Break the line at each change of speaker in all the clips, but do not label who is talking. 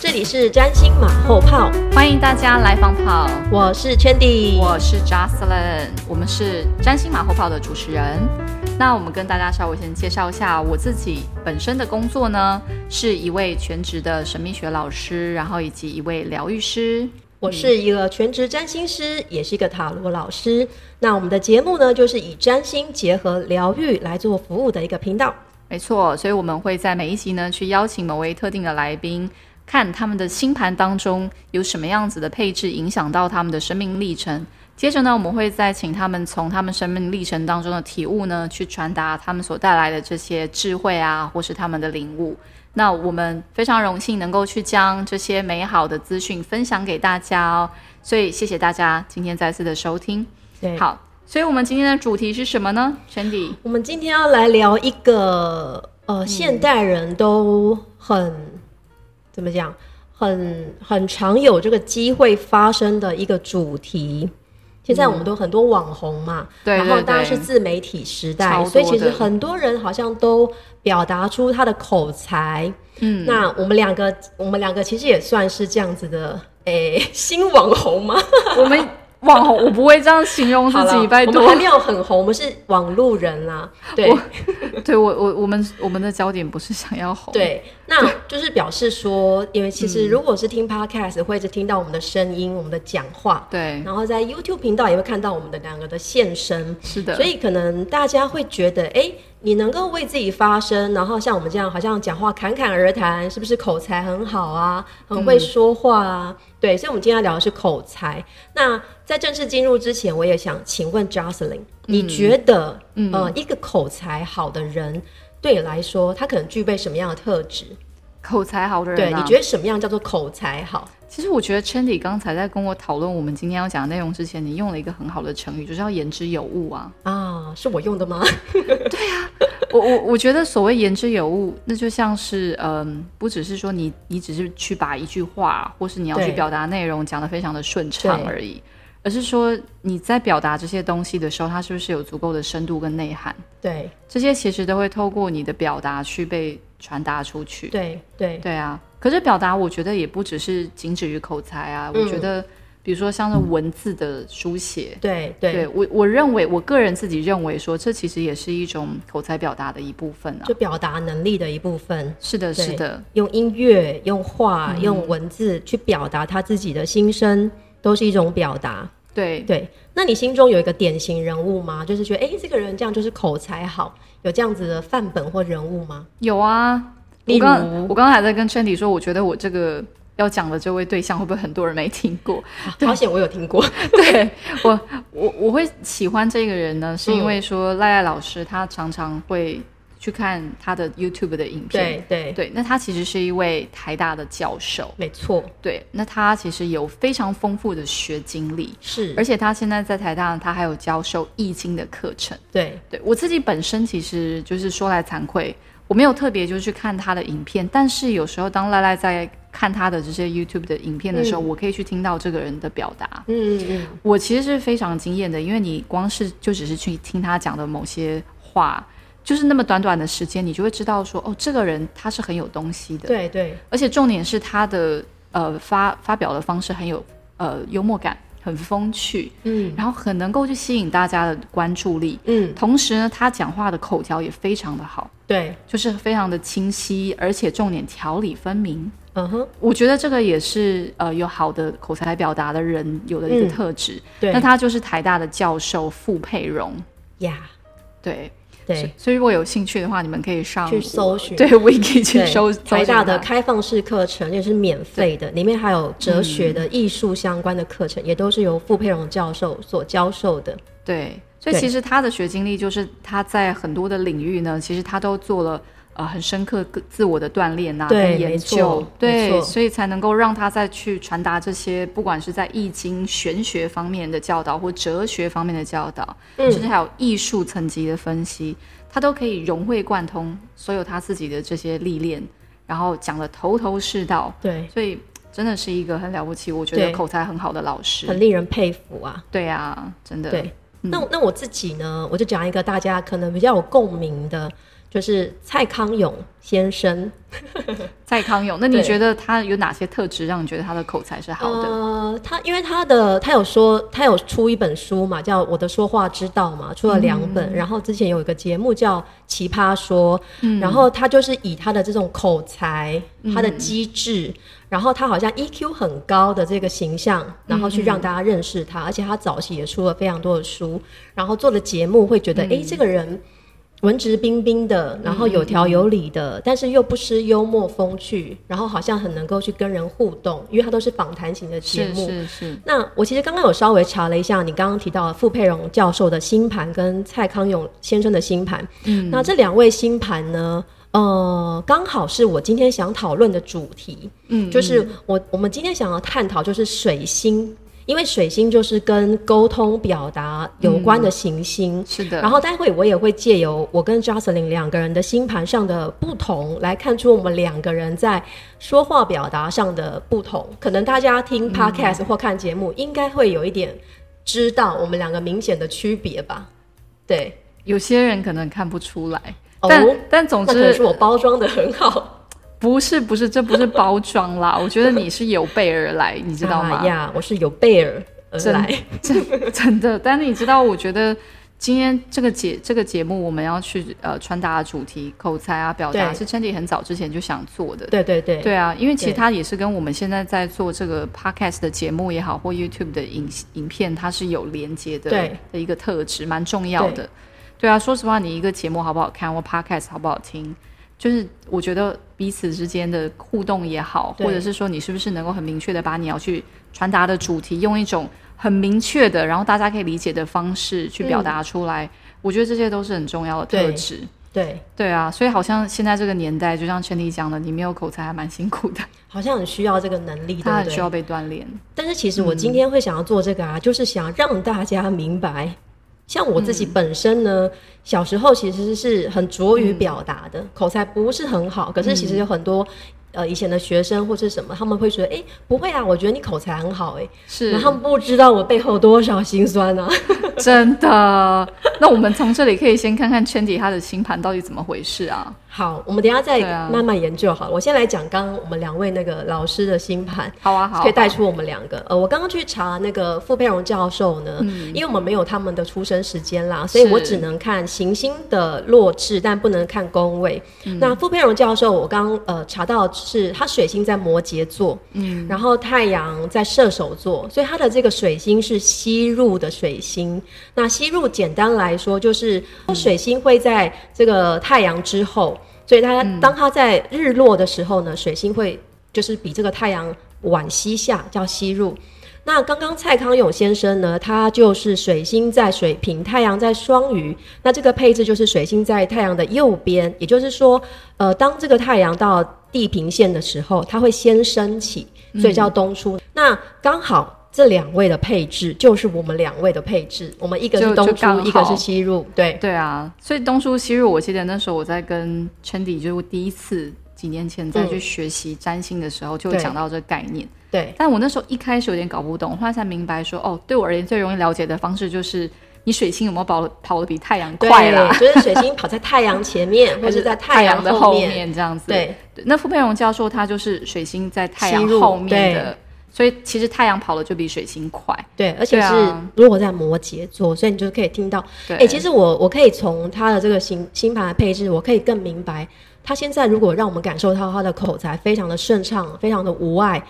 这里是占星马后炮，
欢迎大家来放炮，
我是 Chandy，
我是 Jocelyn，我们是占星马后炮的主持人。那我们跟大家稍微先介绍一下我自己本身的工作呢，是一位全职的神秘学老师，然后以及一位疗愈师。
我是一个全职占星师，也是一个塔罗老师。那我们的节目呢，就是以占星结合疗愈来做服务的一个频道。
没错，所以我们会在每一集呢去邀请某位特定的来宾，看他们的星盘当中有什么样子的配置影响到他们的生命历程。接着呢，我们会再请他们从他们生命历程当中的体悟呢，去传达他们所带来的这些智慧啊，或是他们的领悟。那我们非常荣幸能够去将这些美好的资讯分享给大家哦，所以谢谢大家今天再次的收听。
对，
好，所以我们今天的主题是什么呢？Chandy，
我们今天要来聊一个
嗯
呃，现代人都很、怎么讲，很很常有这个机会发生的一个主题。现在我们都很多网红嘛，
对
然
对
后当然
对
是自媒体时代，
超多
所以其实
的
很多人好像都表达出他的口才。
嗯，
那我们两个，我们两个其实也算是这样子的，诶、 新网红吗？
我们网红，我不会这样形容自
好了，
己，拜
我们还
托
没。有很红，我们是网路人啦。对，
我 对我我我们我们的焦点不是想要红，，
对，那就是表示说，因为其实如果是听 podcast，会一直听到我们的声音、我们的讲话，
对，
然后在 YouTube 频道也会看到我们的两个的现身，
是的，
所以可能大家会觉得，哎、你能够为自己发声，然后像我们这样，好像讲话侃侃而谈，是不是口才很好啊，很会说话啊？对，所以我们今天要聊的是口才。那在正式进入之前，我也想请问 Jocelyn，、你觉得，呃，一个口才好的人对你来说，他可能具备什么样的特质？
口才好的
对，
人、啊，
你觉得什么样叫做口才好？
其实我觉得 Chandy 刚才在跟我讨论我们今天要讲的内容之前，你用了一个很好的成语，就是要言之有物啊。
啊，是我用的吗？
我我我觉得所谓言之有物，那就像是嗯，不只是说你你只是去把一句话，或是你要去
对
表达内容讲得非常的顺畅
对
而已，而是说你在表达这些东西的时候，它是不是有足够的深度跟内涵？
对，
这些其实都会透过你的表达去被传达出去。
对，对，
对啊，可是表达我觉得也不只是仅止于口才啊，
嗯
我觉得比如说像是文字的书写，
对，对，
对我我认为我个人自己认为说，这其实也是一种口才表达的一部分啊
就。表达能力的一部分。
是的，
对
是的，
用音乐、用画、用文字去表达他自己的心声，都是一种表达。
对。
对，那你心中有一个典型人物吗？就是觉得，哎、这个人这样就是口才好，有这样子的范本或人物吗？
有啊，
例如
我刚我刚才在跟 Chandy 说，我觉得我这个要讲的这位对象会不会很多人没听过？
啊好险，我有听过。
对我我我会喜欢这个人呢，是因
嗯
为说赖赖老师他常常会去看他的 YouTube 的影片，
对对，
对，那他其实是一位台大的教授，
没错，
对，那他其实有非常丰富的学经历，
是
而，且他现在在台大，他还有教授易经的课程。
对
对我自己本身，其实就是说来惭愧，我没有特别就去看他的影片，但是有时候当赖赖在看他的这些 YouTube 的影片的时候，我可以去听到这个人的表达，
嗯嗯嗯，
我其实是非常惊艳的，因为你光是就只是去听他讲的某些话。就是那么短短的时间，你就会知道说，哦，这个人他是很有东西的，
对对
而且重点是他的呃发发表的方式很有呃幽默感，很风趣，
嗯，
然后很能够去吸引大家的关注力。
嗯
同时呢，他讲话的口条也非常的好，
对，
就是非常的清晰，而且重点条理分明。
嗯哼，
我觉得这个也是呃有好的口才表达的人有的一个
嗯
特质。
对
那他就是台大的教授傅佩荣，
呀，
对。所以
对，
所以如果有兴趣的话，你们可以上
去搜寻
对 Wiki 去
对
搜
台大的
搜寻他
开放式课程也是免费的，里面还有哲学的、艺术相关的课程，也都是由傅佩荣教授所教授的。
对，所以
对
其实他的学经历就是他在很多的领域呢，其实他都做了呃很深刻个自我的锻炼呐、
对
跟研
没错
究，
没
对，
错
所以才能够让他再去传达这些，不管是在易经玄学方面的教导，或哲学方面的教导，
嗯
甚至还有艺术层级的分析，他都可以融会贯通所有他自己的这些历练，然后讲的头头是道，
对，
所以真的是一个很了不起，我觉得
对
口才很好的老师，
很令人佩服啊。
对啊，真的，
对，那我那我自己呢，我就讲一个大家可能比较有共鸣的，就是蔡康永先生。
蔡康永，那你
对
觉得他有哪些特质让你觉得他的口才是好的？
呃，他因为他的他有说他有出一本书嘛，叫《我的说话之道》嘛，出了两本，
嗯
然后之前有一个节目叫《奇葩说》，
嗯
然后他就是以他的这种口才、他的机智，然后他好像 EQ 很高的这个形象，
嗯
然后去让大家认识他，而且他早期也出了非常多的书，然后做的节目会
嗯
觉得，哎、这个人。文质彬彬的，然后有条
嗯
有理的，但是又不失幽默风趣，然后好像很能够去跟人互动，因为它都是访谈型的节
是
目。
是是，
那我其实刚刚有稍微查了一下，你刚刚提到的傅佩荣教授的星盘跟蔡康永先生的星盘，嗯，那这两位星盘呢，呃，刚好是我今天想讨论的主题，
嗯
就是我我们今天想要探讨就是水星，因为水星就是跟沟通表达有关
嗯
的行星，
是的，
然后待会我也会借由我跟 Jocelyn 两个人的星盘上的不同，来看出我们两个人在说话表达上的不同。可能大家
嗯
听 podcast 或看节目，应该会有一点知道我们两个明显的区别吧？对，
有些人可能看不出来，
哦
但但总
那可能是
之
我包装的很好，
不是不是，这不是包 装啦，我觉得你是有备而来，你知道吗
啊？呀，我是有备而而
真
来，
真的，但是你知道，我觉得今天这个节这个节目我们要去呃传达的主题口才啊表达
对
是 Chandy 很早之前就想做的，
对对对
对啊，因为其实
对
它也是跟我们现在在做这个 podcast 的节目也好，或 YouTube 的影影片，它是有连接的
对
的一个特质，蛮重要的。对啊，说实话，你一个节目好不好看，或 podcast 好不好听，就是我觉得彼此之间的互动也好，
对
或者是说你是不是能够很明确的把你要去传达的主题，用一种很明确的，然后大家可以理解的方式去表达出来，我觉得这些都是很重要的特
嗯对
质。
对，
对啊，所以好像现在这个年代，就像陈丽讲的，你没有口才还蛮辛苦 的，
好像很需要这个能力，
他
对
很
不
需
对
要？被锻炼。
但是其实
嗯
我今天会想要做这个啊，就是想让大家明白，像我自己
嗯
本身呢，小时候其实是很拙于表达
嗯
的，口才不是很好，可是其实有很多。呃，以前的学生或是什么，他们会觉得，哎、不会啊，我觉得你口才很好、诶哎，
是
然后他们不知道我背后多少辛酸啊。
真的。那我们从这里可以先看看 Chandy 他的星盘到底怎么回事啊？
好，我们等一下再
对啊
慢慢研究好了。我先来讲刚刚我们两位那个老师的星盘，
好啊，好啊
可以带出我们两个。呃，我刚刚去查那个傅佩荣教授呢，
嗯
因为我们没有他们的出生时间啦，所以我只能看行星的落至，但不能看宫位。那傅佩荣教授，我刚呃查到是他水星在摩羯座，嗯，然后太阳在射手座，所以他的这个水星是吸入的水星。那吸入简单来说就是水星会在这个太阳之后。所以它当它在日落的时候呢，水星会就是比这个太阳晚西下，叫西入。那刚刚蔡康永先生呢，他就是水星在水瓶，太阳在双鱼，那这个配置就是水星在太阳的右边，也就是说，呃，当这个太阳到地平线的时候，它会先升起，
嗯
所以叫东出。那刚好。这两位的配置就是我们两位的配置，我们一个
就是
东
就刚
出，一个
好
是西入，对，
对啊，所以东出西入，我记得那时候我在跟 Chandy 就是第一次几年前再去学习占星的时候，就有
对
讲到这个概念。
对，
但我那时候一开始有点搞不懂，后来才明白说，哦，对我而言最容易了解的方式就是你水星有没有跑跑得比太阳
对
快啦，
就是水星跑在太阳前 面，或
还
者在
太
太阳
的
后
面
面。
这样子。
对
对，那傅佩荣教授他就是水星在太阳
吸入
后面的，所以其实太阳跑的就比水星快。
对，而且
对
是
啊
如果在摩羯座，所以你就可以听到。
对，
哎、其实我我可以从他的这个星星盘的配置，我可以更明白，他现在如果让我们感受到他的口才非常的顺畅，非常的无碍，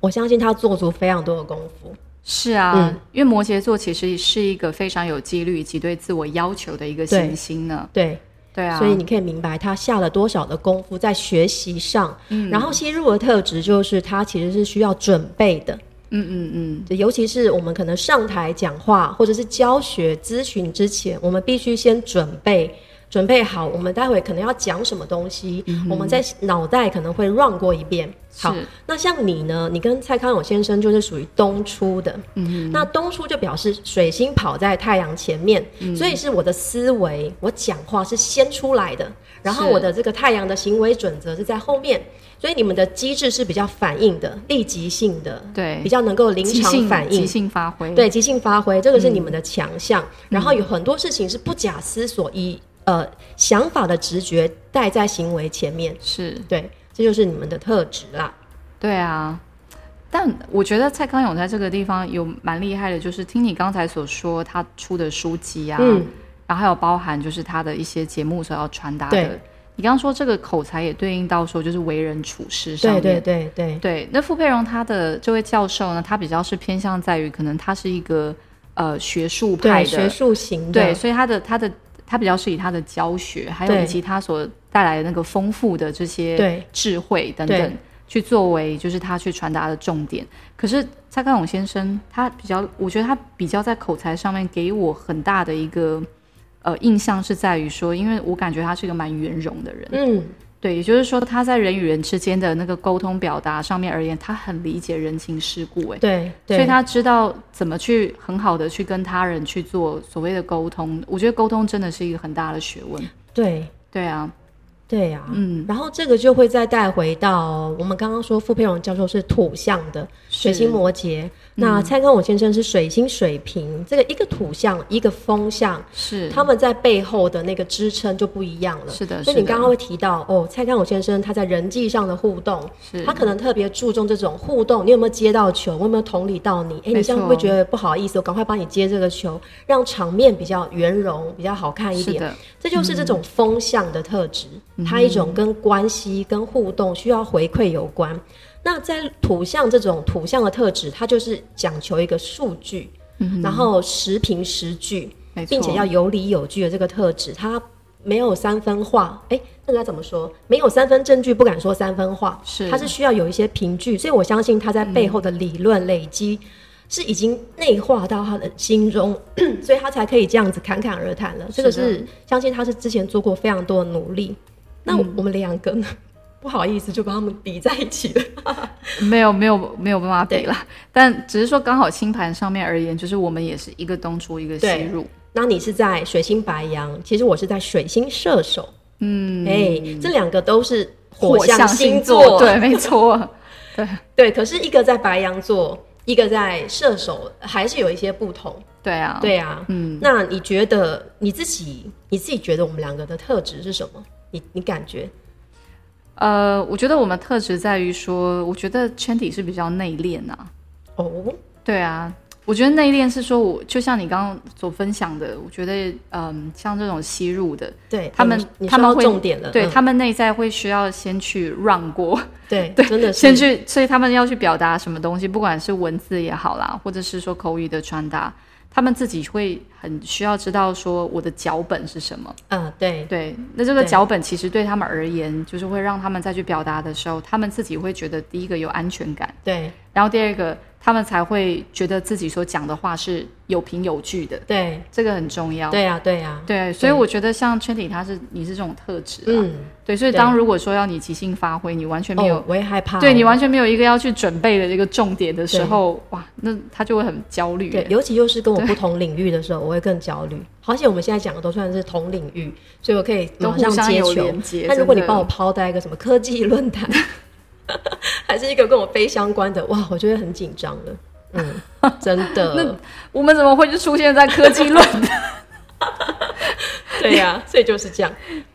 我相信他做足非常多的功夫。
是啊，
嗯
因为摩羯座其实是一个非常有纪律以及对自我要求的一个行星呢。
对，
对啊，
所以你可以明白他下了多少的功夫在学习上。
嗯
然后吸入的特质就是他其实是需要准备的。
嗯嗯嗯，
尤其是我们可能上台讲话或者是教学咨询之前，我们必须先准备准备好，我们待会可能要讲什么东西，我们在脑袋可能会 run 过一遍。好
是，
那像你呢？你跟蔡康永先生就是属于东出的，
嗯
那东出就表示水星跑在太阳前面，
嗯
所以是我的思维，我讲话是先出来的，然后
是
我的这个太阳的行为准则是在后面，所以你们的机制是比较反应的、立即性的，
对
比较能够临
即
场
兴
反应
即，兴嗯发挥，
对，即兴发挥，这个是你们的强项。然后有很多事情是不假思索，以呃想法的直觉带在行为前面，
是，
对，这就是你们的特质啦。
对啊。但我觉得蔡康永在这个地方有蛮厉害的，就是听你刚才所说，他出的书籍啊，
嗯，
然后还有包含就是他的一些节目所要传达的
对。
你刚刚说这个口才也对应到说就是为人处事上
对
面。
对对对，
对，那傅佩荣他的这位教授呢，他比较是偏向在于可能他是一个呃学术
对
派的，
学术型的，
对，所以他的他的他比较是以他的教学，还有
对
以及他所带来的那个丰富的这些
对
智慧等
对
等，去作为就是他去传达的重点。可是蔡康永先生他比较，我觉得他比较在口才上面给我很大的一个呃印象是在于说，因为我感觉他是一个蛮圆融的人，
嗯，
对，也就是说他在人与人之间的那个沟通表达上面而言，他很理解人情世故、哎。
对对，
所以他知道怎么去很好的去跟他人去做所谓的沟通。我觉得沟通真的是一个很大的学问。
对
对啊，
对呀、
嗯，
然后这个就会再带回到我们刚刚说傅佩荣教授是土象的水
是嗯
星摩羯，那蔡康永先生是水星水瓶，这个一个土象一个风象，
是
他们在背后的那个支撑就不一样了。
是的
所以你
是的
刚刚会提到哦，蔡康永先生他在人际上的互动，
是
他可能特别注重这种互动。你有没有接到球？我有没有同理到你？哎，你
没
这样会不会
错
觉得不好意思？我赶快帮你接这个球，让场面比较圆融，比较好看一
是
点。
的，嗯
这就是这种风向的特质，它一种跟关系、跟互动需要回馈有关。那在土象这种土象的特质，它就是讲求一个数据，然后实凭实据。
嗯没错，
并且要有理有据的这个特质，他没有三分话。哎，那个要怎么说？没有三分证据，不敢说三分话，
是
他是需要有一些凭据。所以我相信他在背后的理论累积。是已经内化到他的心中， 所以他才可以这样子侃侃而谈了。这个
是
是相信他是之前做过非常多的努力。那我们两个呢？ 不好意思，就把他们比在一起了。
没有没有没有办法比
对
啦。但只是说刚好星盘上面而言，就是我们也是一个东出一个西
对
入。
那你是在水星白羊，其实我是在水星射手。嗯，哎、这两个都是火象星座，
对，没错，
对，可是一个在白羊座，一个在射手，还是有一些不同。
对啊，
对啊，
嗯，
那你觉得你自己，你自己觉得我们两个的特质是什么？你你感觉？
呃，我觉得我们特质在于说，我觉得圈体是比较内敛啊，
哦，
对啊，我觉得内敛是说我，就像你刚刚所分享的，我觉得，嗯，像这种吸入的，
对，
他们
嗯你
他
说
们
到
会
重点了，
对、
嗯
他们内在会需要先去让过，
对真的是
先去，所以他们要去表达什么东西，不管是文字也好啦，或者是说口语的传达，他们自己会很需要知道说我的脚本是什么。
嗯，对
对，那这个
对
脚本其实对他们而言，就是会让他们再去表达的时候，他们自己会觉得第一个有安全感。
对
然后第二个，他们才会觉得自己所讲的话是有凭有据的，
对
这个很重要。
对啊，对啊，
对所以我觉得像圈体，他是你是这种特质啊，
嗯，
对，所以
对
当如果说要你即兴发挥，你完全没有，
哦，我也害怕哦，
对你完全没有一个要去准备的这个重点的时候，哇，那他就会很焦虑。
对，尤其又是跟我不同领域的时候，我会更焦虑。好险我们现在讲的都算是同领域，所以我可以
都
马
互
上
相
接
有
球
连接。
但如果你
真的
帮我抛在一个什么科技论坛， 还是一个跟我非相关的，哇，我就会很紧张了。 嗯，真的，
我们怎么会就出现在科技 论？
对呀、所以就是 这样。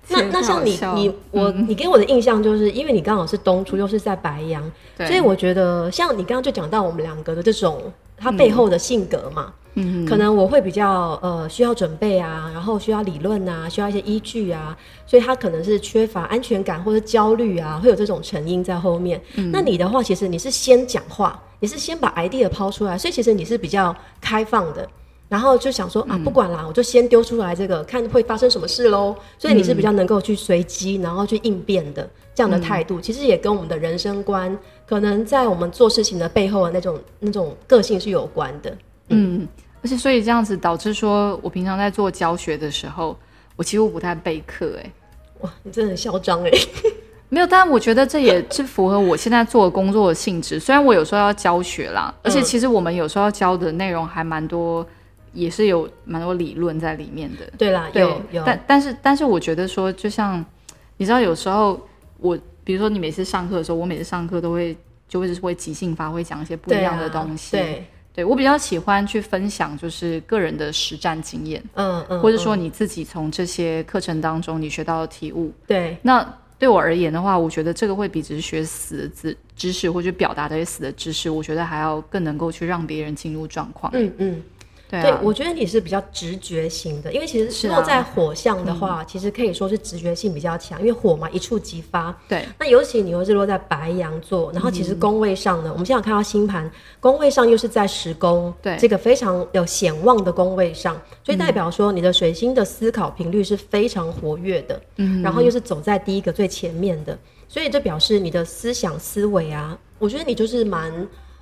那
天
那
太
像
好
你
笑嗯
你
了
我你给我的印象就是，因为你刚好是东出，又是在白羊，
对
所以我觉得像你刚刚就讲到我们两个的这种他背后的性格嘛，
嗯
可能我会比较呃需要准备啊，然后需要理论啊，需要一些依据啊，所以他可能是缺乏安全感或者焦虑啊，会有这种成因在后面。那你的话，其实你是先讲话，你是先把 idea 抛出来，所以其实你是比较开放的。然后就想说啊，不管啦，我就先丢出来这个，看会发生什么事喽。所以你是比较能够去随机，然后去应变的这样的态度，其实也跟我们的人生观，可能在我们做事情的背后的那种那种个性是有关的。
嗯，而且所以这样子导致说，我平常在做教学的时候，我几乎不太备课，哎，
哇，你真的很嚣张 哎！
没有，但我觉得 这也是符合我现在做的工作的性质。虽然我有时候要教学啦，
嗯
而且其实我们有时候要教的内容还蛮多，也是有蛮多理论在里面的。
对啦，
对
啊有有，
但但是但是我觉得说，就像你知道，有时候我比如说你每次上课的时候，我每次上课都会就会就是会即兴发挥，讲一些不一
对
样的
啊
东西。
对，
对我比较喜欢去分享，就是个人的实战经验，
嗯嗯，
或者说
嗯
你自己从这些课程当中你学到的体悟。
对，
那对我而言的话，我觉得这个会比只是学死的知知识或者表达这些死的知识，我觉得还要更能够去让别人进入状况。
嗯嗯，
对
对
啊，，
我觉得你是比较直觉型的，因为其实
是啊
落在火象的话，其实可以说是直觉性比较强，因为火嘛一触即发。
对
那尤其你又是落在白羊座，然后其实宫位上呢，我们现在有看到星盘，宫位上又是在十宫，
对
这个非常有显望的宫位上，所以代表说你的水星的思考频率是非常活跃的，嗯，然后又是走在第一个最前面的，所以这表示你的思想思维啊，我觉得你就是蛮，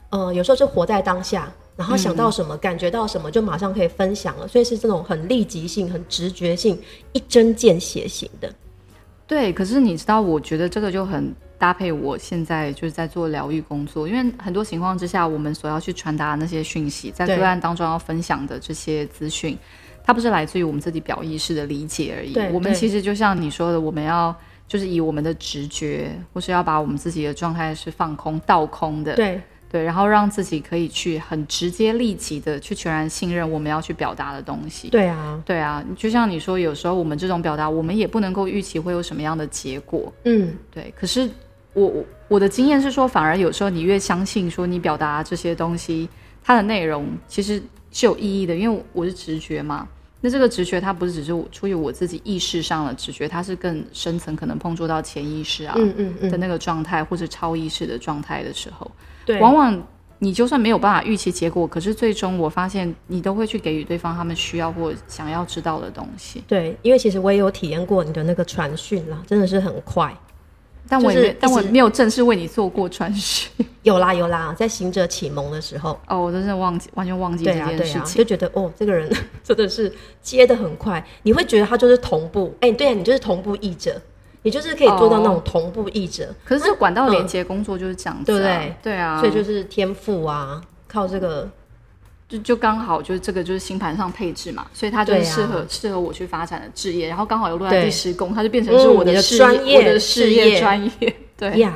呃，有时候就活在当下。然后想到什么，感觉到什么，就马上可以分享了，所以是这种很立即性、很直觉性、一针见血型的。
对。可是你知道，我觉得这个就很搭配我现在就是在做疗愈工作，因为很多情况之下，我们所要去传达的那些讯息，在
对
个案当中要分享的这些资讯，它不是来自于我们自己表意识的理解而已
对。
我们
对
其实就像你说的，我们要。就是以我们的直觉，或是要把我们自己的状态是放空、倒空的，
对，
对，然后让自己可以去很直接、立即的去全然信任我们要去表达的东西。
对啊，
对啊，就像你说，有时候我们这种表达，我们也不能够预期会有什么样的结果。
嗯，
对，可是我我我的经验是说，反而有时候你越相信说你表达这些东西，它的内容其实是有意义的，因为我是直觉嘛。那这个直觉它不是只是我出于我自己意识上的直觉，它是更深层可能碰触到潜意识啊、
嗯嗯
的
嗯，
那个状态，或者超意识的状态的时候。
对，
往往你就算没有办法预期结果，可是最终我发现你都会去给予对方他们需要或想要知道的东西。
对，因为其实我也有体验过你的那个传讯啦，真的是很快。
但我也没，
就是一直
但我没有正式为你做过传讯。
有啦有啦，在行者启蒙的时候，
哦，我真的忘记，完全忘记这
对啊
件
对
事
啊，
情。
就觉得哦，这个人真的是接的很快，你会觉得他就是同步，哎、对啊，你就是同步译者，你就是可以做到那种同步译者，
可是这管道
嗯
连接工作就是这样子、
对
啊，
不对？
对啊，
所以就是天赋啊，靠这个，
就就刚好就是这个就是星盘上配置嘛，所以它就是
对啊
适合、适合我去发展的置业，然后刚好又落在
对
第十宫，它就变成是
嗯
我
你的
事业，
专业
我的事
事业
专业， 对，
呀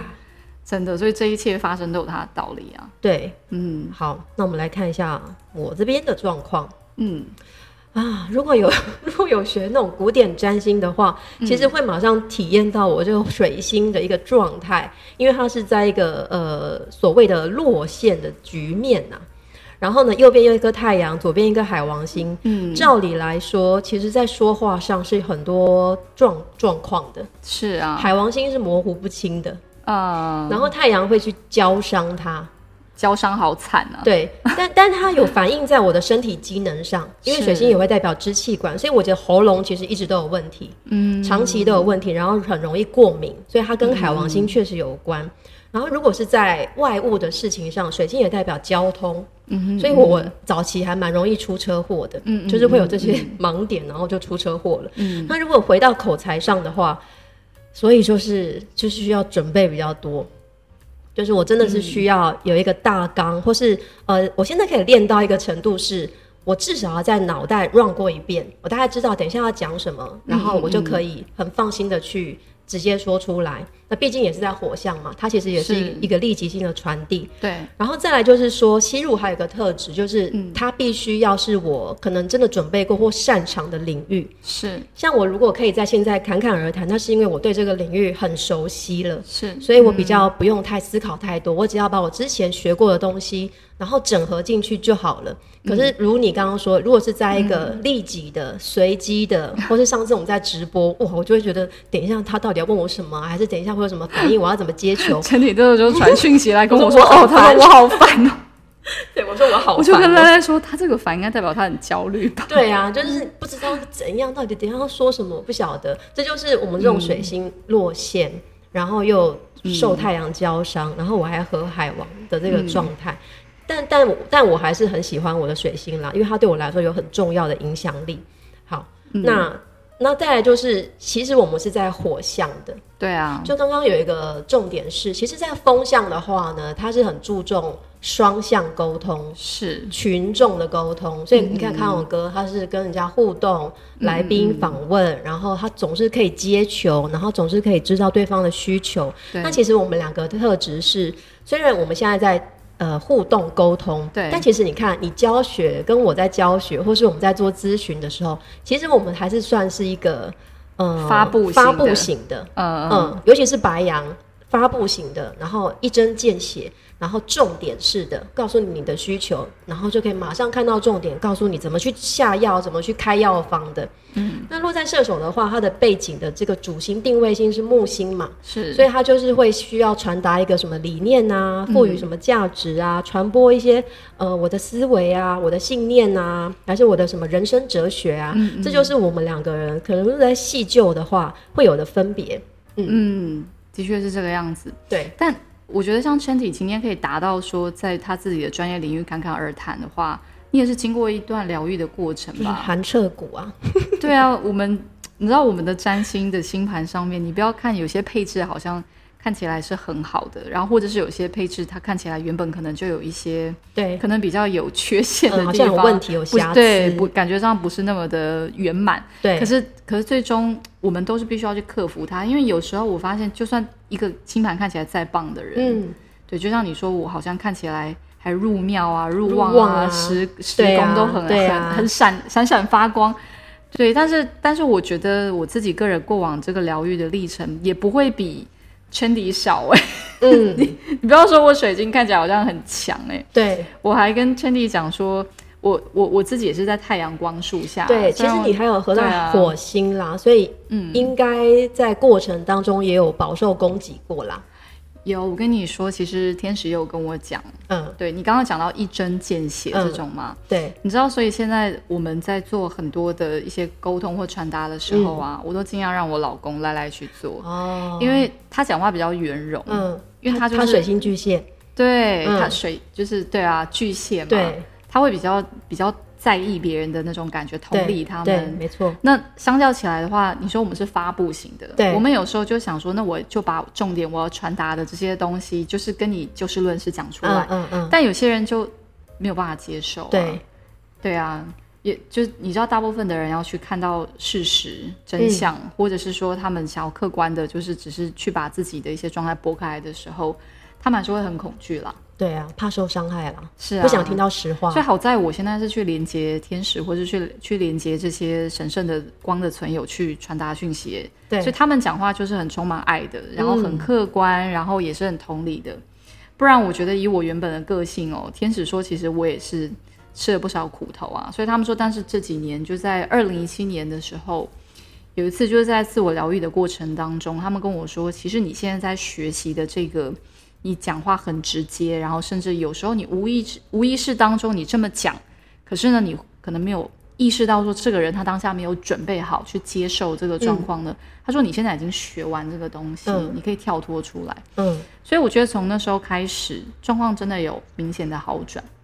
真的，所以这一切发生都有它的道理啊，
对，
嗯
好，那我们来看一下我这边的状况。
嗯，
啊，如果有 如果有学那种古典占星的话，
嗯
其实会马上体验到我这个水星的一个状态，因为它是在一个呃所谓的落线的局面呐、然后呢，右边有一颗太阳，左边一个海王星。
嗯
照理来说，其实在说话上是很多状状况的，
是啊，
海王星是模糊不清的，
呃，
然后太阳会去焦伤它。
焦伤好惨啊！
对，但但它有反映在我的身体机能上，因为水星也会代表支气管，所以我觉得喉咙其实一直都有问题，
嗯，
长期都有问题，然后很容易过敏，所以它跟海王
嗯
星确实有关。然后如果是在外物的事情上，水星也代表交通，
嗯哼，
所以我我早期还蛮容易出车祸的，
嗯嗯
就是会有这些盲点，然后就出车祸了。
嗯
那如果回到口才上的话，所以就是就是需要准备比较多，就是我真的是需
嗯
要有一个大纲，或是呃，我现在可以练到一个程度是。我至少要在脑袋 run 过一遍，我大概知道等一下要讲什么，
嗯
然后我就可以很放心的去直接说出来。那毕竟也是在火象嘛，它其实也是
是
一个立即性的传递。
对，
然后再来就是说，吸入还有一个特质，就是
嗯
它必须要是我可能真的准备过或擅长的领域。
是
像我如果可以在现在侃侃而谈，那是因为我对这个领域很熟悉了，
是，？
所以我比较不用太思考太多，我只要把我之前学过的东西，然后整合进去就好了。可是如你刚刚说，如果是在一个立即的、随机的，或是上次我们在直播，哇，我就会觉得，等一下他到底要问我什么啊，还是等一下会有什么反应，我要怎么接球
陈体这就传讯息来跟 我
我
说，
说我
哦，
好
他
烦
说我好烦 哦，
对，我说我好
我就跟赖赖说，他这个烦应该代表他很焦虑吧？
对啊，就是不知道怎样，到底等一下要说什么，不晓得。这就是我们这种水星落线，然后又受太阳焦伤，然后我还和海王的这个状态。但但我但我还是很喜欢我的水星啦，因为它对我来说有很重要的影响力。好，那那再来就是，其实我们是在火象的，
对啊，
就刚刚有一个重点是，其实，在风象的话呢，它是很注重双向沟通。
是
群众的沟通，所以你看康永哥，他是跟人家互动，来宾访
嗯
问，然后他总是可以接球，然后总是可以知道对方的需求。
对
那其实我们两个特质是，虽然我们现在在呃互动沟通，
对
但其实你看，你教学跟我在教学，或是我们在做咨询的时候，其实我们还是算是一个呃
发布型的
发布型的，
嗯嗯
嗯，尤其是白羊发布型的，然后一针见血，然后重点式的告诉你你的需求，然后就可以马上看到重点，告诉你怎么去下药，怎么去开药方的。嗯，那落在射手的话，它的背景的这个主星定位星是木星嘛，
是，
所以它就是会需要传达一个什么理念啊，赋予什么价值啊，传播一些呃我的思维啊，我的信念啊，还是我的什么人生哲学啊，这就是我们两个人可能是在细究的话会有的分别。
嗯，的确是这个样子。
对，
但我觉得像 Chanty 今天可以达到说，在他自己的专业领域侃侃而谈的话，你也是经过一段疗愈的过程
就是
吧？
寒彻骨啊，
对啊，我们你知道我们的占星的星盘上面，你不要看有些配置好像看起来是很好的，然后或者是有些配置它看起来原本可能就有一些
对，
可能比较有缺陷的
嗯好
地
像
方，
有问题有
不
瑕疵，
对，不感觉上不是那么的圆满。
对
可是可是最终我们都是必须要去克服它，因为有时候我发现，就算一个星盘看起来再棒的人，
嗯，
对，就像你说，我好像看起来还入庙啊、入
入
望
望
啊、
啊
时时
对
宫
啊
都很、
对啊
很很闪闪闪发光。对，但是但是我觉得我自己个人过往这个疗愈的历程，也不会比圈底少哎、
嗯，
你不要说我水晶看起来好像很强哎、
对
我还跟 Chandy 讲说，我我我自己也是在太阳光树下。
对，
虽
其实
然
你还有合
对
到
啊
火星啦，所以
嗯
应该在过程当中也有饱受攻击过啦，
有我跟你说，其实天使也有跟我讲，
嗯，
对你刚刚讲到一针见血
嗯
这种嘛，
对，
你知道，所以现在我们在做很多的一些沟通或传达的时候啊，我都尽量让我老公来来去做，
嗯哦，
因为他讲话比较圆融，
嗯，
因为他
他
就是
水星巨蟹，
对、
嗯
他水就是对啊巨蟹嘛，
对，
他会比较比较在意别人的那种感觉，同理
对，
他
对，
们，
没错，
那相较起来的话，你说我们是发布型的，
对
我们有时候就想说，那我就把重点我要传达的这些东西，就是跟你就事论事讲出来
嗯。嗯嗯，
但有些人就没有办法接受、啊，
对，
对啊，也就你知道，大部分的人要去看到事实真相，或者是说他们想要客观的，就是只是去把自己的一些状态拨开来的时候，他们还是会很恐惧啦。
对啊，怕受伤害啦，
是啊，
不想听到实话
所以，好在我现在是去连接天使，或是去去连接这些神圣的光的存有，去传达讯息。
对
所以他们讲话就是很充满爱的，然后很客观，然后也是很同理的。不然，我觉得以我原本的个性哦，天使说其实我也是吃了不少苦头啊。所以他们说，但是这几年就在二零一七年的时候，有一次就是在自我疗愈的过程当中，他们跟我说，其实你现在在学习的这个，你讲话很直接，然后甚至有时候你无意识无意识当中你这么讲，可是呢，你可能没有意识到说这个人他当下没有准备好去接受这个状况呢。他说你现在已经学完这个东西，
嗯
你可以跳脱出来。
嗯，
所以我觉得从那时候开始，状况真的有明显的好转。
嗯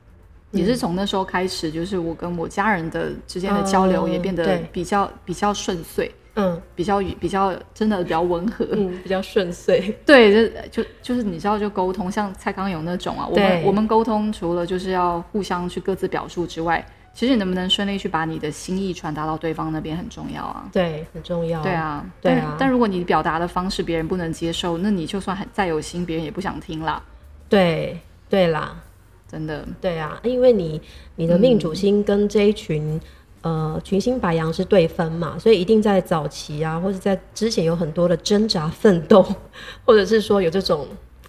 也是从那时候开始，就是我跟我家人的之间的交流
嗯
也变得
对
比较、比较顺遂，
嗯
比较比较真的比较温和。
嗯，比较顺遂，
对，就就就是你知道，就沟通，像蔡康永那种啊，我们
对
我们沟通除了就是要互相去各自表述之外，其实你能不能顺利去把你的心意传达到对方那边很重要啊。
对，很重要，
对，啊，
哦对
但
啊
但如果你表达的方式别人不能接受，那你就算很再有心，别人也不想听啦。
对，对啦，
真的，
对啊，因为你你的命主星跟这一
嗯
群、呃群星白羊是对分嘛，所以一定在早期啊，或者在之前有很多的挣扎奋斗， 或者是说有这种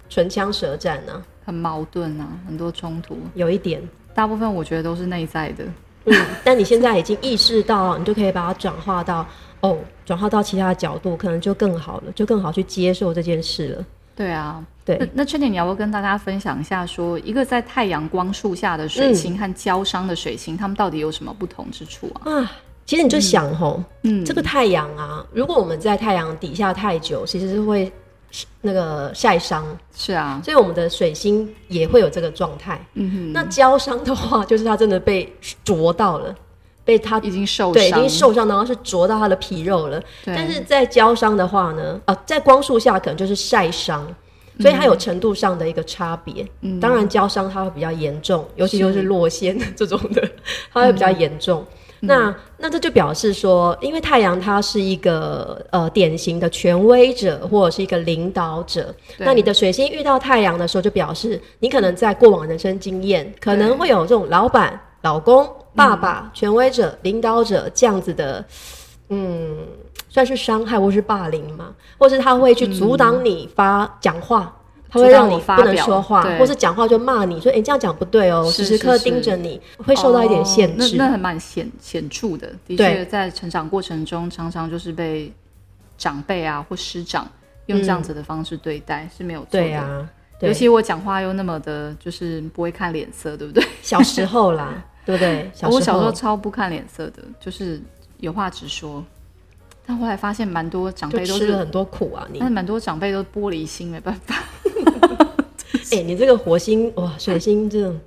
唇枪舌战啊，
很矛盾啊，很多冲突，
有一点。
大部分我觉得都是内在的。
嗯，但你现在已经意识到了，你就可以把它转化到哦，转化到其他的角度，可能就更好了，就更好去接受这件事了。
对啊，那
对，
那缺点你要不要跟大家分享一下说，一个在太阳光束下的
嗯
水星和焦伤的水星，它们到底有什么不同之处啊？
啊，其实你就想吼，
嗯，
这个太阳啊，如果我们在太阳底下太久，其实是会那个晒伤，
是啊，
所以我们的水星也会有这个状态。
嗯哼，
那焦伤的话，就是它真的被灼到了，被他
已经受伤，
对已经受伤，然后是灼到他的皮肉了。
对
但是在焦伤的话呢，啊、在光束下可能就是晒伤，
嗯
所以它有程度上的一个差别。嗯，当然焦伤它会比较严重，尤其就是落线这种的，它会比
嗯
较严重。那那这就表示说，因为太阳它是一个呃典型的权威者或者是一个领导者，
对
那你的水星遇到太阳的时候，就表示你可能在过往人生经验，可能会有这种老板、老公、
嗯
爸爸、权威者、领导者这样子的，嗯，算是伤害或是霸凌嘛，或是他会去阻挡你发讲话。他会
嗯阻挡
让你
我发
不能
表
说话，
对
或是讲话就骂你，说：“哎、你这样讲不对哦。”
是
时时刻
是
盯着你，会受到一点限制。
哦、那那还蛮显显著的。的确，
对
在成长过程中，常常就是被长辈啊或师长用这样子的方式对待、是没有错的。
对啊，对
尤其我讲话又那么的，就是不会看脸色，对不对？
小时候 啦，对不对？小时候，
我小时候超不看脸色的，就是有话直说。但后来发现，蛮多长
就
辈都
吃了
是，嗯
很多苦啊。你
但是蛮多长辈都玻璃心，没办法。
哎、你这个火星哇，水星这种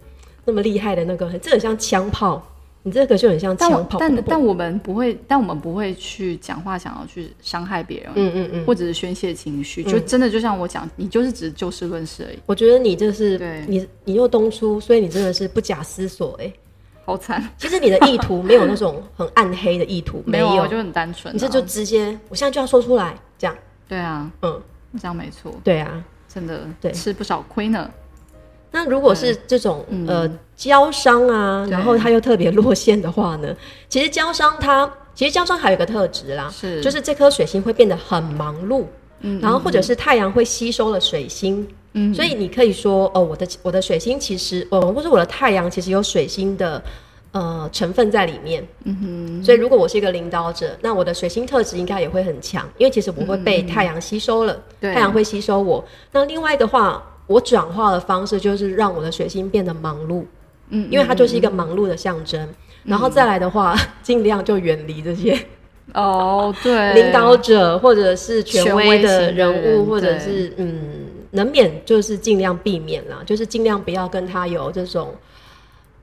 那么厉害的那个，这很像枪炮，你这个就很像
但
枪
我
炮。
但但我们不会，但我们不会去讲话，想要去伤害别人，
嗯嗯嗯，
或者是宣泄情绪，就真的就像我讲，你就是只就事论事而已，
我觉得你这是
对
你你又东出，所以你真的是不假思索哎、
好惨，
其实你的意图没有那种很暗黑的意 图，没
有啊，
有，
我就很单纯、啊，
你这就直接，我现在就要说出来，这样，
对啊，
嗯，
这样没错，
对啊。
真的
对
吃不少亏呢，
那如果是这种、呃焦伤啊，
嗯对
然后它又特别落线的话 呢，其实焦伤它其实焦伤还有一个特质啦，
是
就是这颗水星会变得很忙碌，
嗯
然后或者是太阳会吸收了水星，
嗯
所以你可以说哦，我的我的水星其实哦，或者我的太阳其实有水星的。呃，成分在里面，嗯哼，所以如果我是一个领导者，那我的水星特质应该也会很强，因为其实我会被太阳吸收了，
嗯对
太阳会吸收我。那另外的话，我转化的方式就是让我的水星变得忙碌，
嗯，
因为它就是一个忙碌的象征。然后再来的话，尽量就远离这些
哦，对，
领导者或者是权威的人
权威型的
物，
人
或者是嗯，能免就是尽量避免啦，就是尽量不要跟他有这种。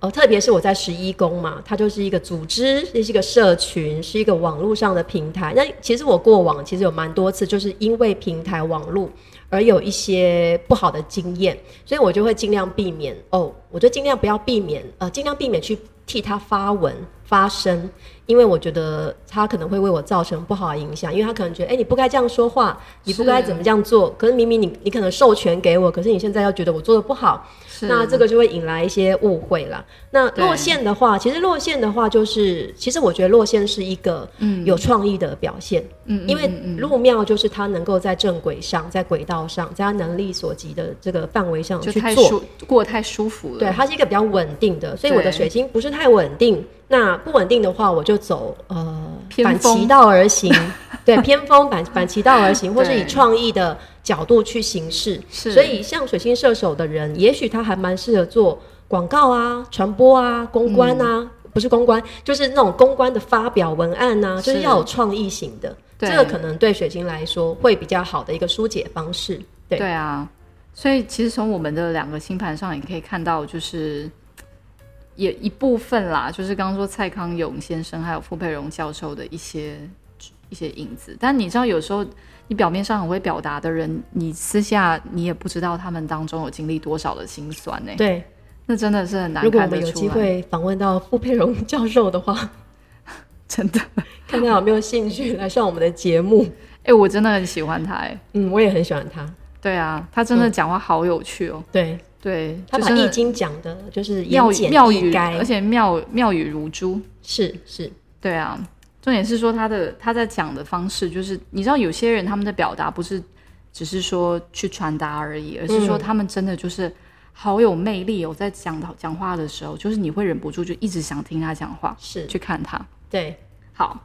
呃，特别是我在十一宫嘛，它就是一个组织，也是一个社群，是一个网络上的平台。那其实我过往其实有蛮多次，就是因为平台网络而有一些不好的经验，所以我就会尽量避免哦，我就尽量不要避免，呃，尽量避免去替他发文发声，因为我觉得他可能会为我造成不好的影响，因为他可能觉得，哎、你不该这样说话，你不该怎么这样做，可是明明你你可能授权给我，可是你现在又觉得我做的不好，
是
那这个就会引来一些误会啦。那
对
落线的话，其实落线的话，就是其实我觉得落线是一个有创意的表现，
嗯
因为入庙就是他能够在正轨上，在轨道上，在他能力所及的这个范围上
就
去
太
做。
舒过得太舒服了，
对，它是一个比较稳定的，所以我的
对
水晶不是太稳定。那不稳定的话，我就走呃
偏
反
锋
其道而 行，对偏锋反反其道而行，或是以
对
创意的角度去行事。
是
所以像水星射手的人，也许他还蛮适合做广告啊、传播啊、公关啊，
嗯
不是公关，就是那种公关的发表文案啊，就是
是
要有创意型的。
对
这个可能对水晶来说会比较好的一个疏解方式。对，
对啊，所以其实从我们的两个星盘上也可以看到，就是也一部分啦，就是刚刚说蔡康永先生还有傅佩荣教授的一些一些影子。但你知道，有时候你表面上很会表达的人，你私下你也不知道他们当中有经历多少的辛酸呢、
对
那真的是很难
如果我
看得
们有
出
机
来，
会访问到傅佩荣 教授的话，
真的。
看他有没有兴趣来上我们的节目。
哎、我真的很喜欢他、哎，
嗯，我也很喜欢他。
对啊，他真的讲话好有趣哦。
对
对，
嗯他
就
把
真
《易
的
经》讲的就是言
妙语
简
妙
意
语，
赅
而，且妙妙语如珠。
是是，
对啊，重点是说他的他在讲的方式，就是你知道有些人他们的表达不是只是说去传达而已，而是说他们真的就是好有魅力哦，在讲到讲话的时候，就是你会忍不住就一直想听他讲话，
是
去看他。
对，
好。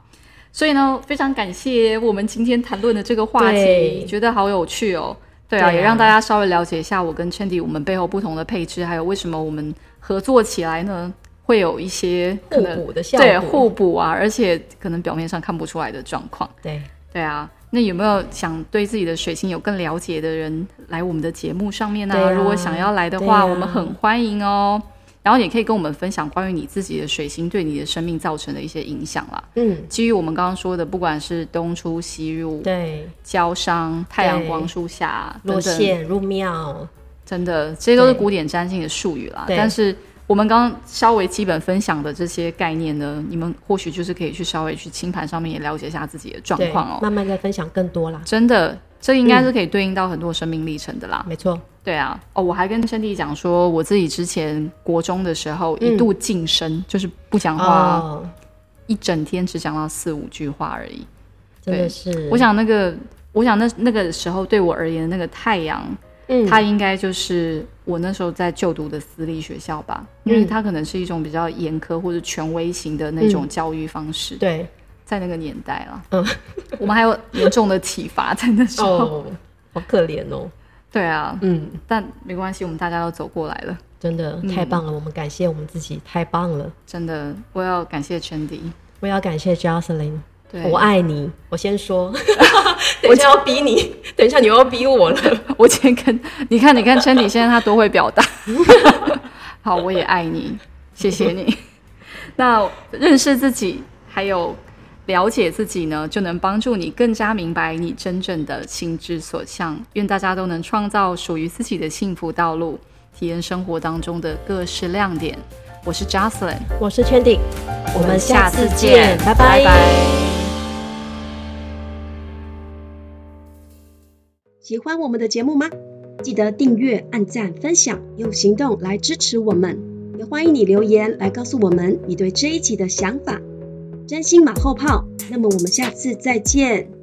所以呢，非常感谢我们今天谈论的这个话题，
对
觉得好有趣哦。对啊，
对啊
也让大家稍微了解一下我跟 Chandy 我们背后不同的配置，还有为什么我们合作起来呢，会有一些可
互
能
补的效果。
对互补啊，而且可能表面上看不出来的状况。
对
对啊，那有没有想对自己的水星有更了解的人来我们的节目上面呢、
对啊
如果想要来的
对
话，
啊
我们很欢迎哦。然后也可以跟我们分享关于你自己的水星对你的生命造成的一些影响啦。
嗯，
基于我们刚刚说的，不管是东出西入、
对，
交商、太阳光树下
落
等等，
线入庙，
真的这些都是
对
古典占星的术语啦。
对
但是我们刚刚稍微基本分享的这些概念呢，你们或许就是可以去稍微去星盘上面也了解一下自己的状
对，
况哦。
慢慢再分享更多啦。
真的，这应该是可以对应到很多生命历程的啦。
没错，
对啊，哦，我还跟生弟讲说，我自己之前国中的时候
嗯
一度晋升，就是不讲话，
哦，
一整天只讲到四五句话而已。
真的是，
我，想那个，我想那那个时候对我而言，那个太阳，
嗯，
它应该就是我那时候在就读的私立学校吧，
嗯
因为它可能是一种比较严苛或者权威型的那种教育方式，
嗯 对，
在那个年代啦，
嗯，
我们还有严重的体罚在那时候。
哦，好可怜哦，
对啊，
嗯，
但没关系，我们大家都走过来了。
真的
嗯
太棒了，我们感谢我们自己，太棒了。
真的，我要感谢陈迪。
我也要感谢 Jocelyn，
对，
我爱你。我先 说，等一下要逼你，等一下你又要逼我了。
我今天跟你看，你看陈迪现在他多会表达。 好，我也爱你，谢谢你。 那认识自己，还有了解自己呢，就能帮助你更加明白你真正的心之所向。愿大家都能创造属于自己的幸福道路，体验生活当中的各式亮点。我是 Jocelyn，
我是 Chandy，我们下次见，拜
拜
拜
拜
喜欢我们的节目吗？记得订阅、按赞、分享，用行动来支持我们。也欢迎你留言来告诉我们你对这一集的想法。占星马后炮，那么我们下次再见。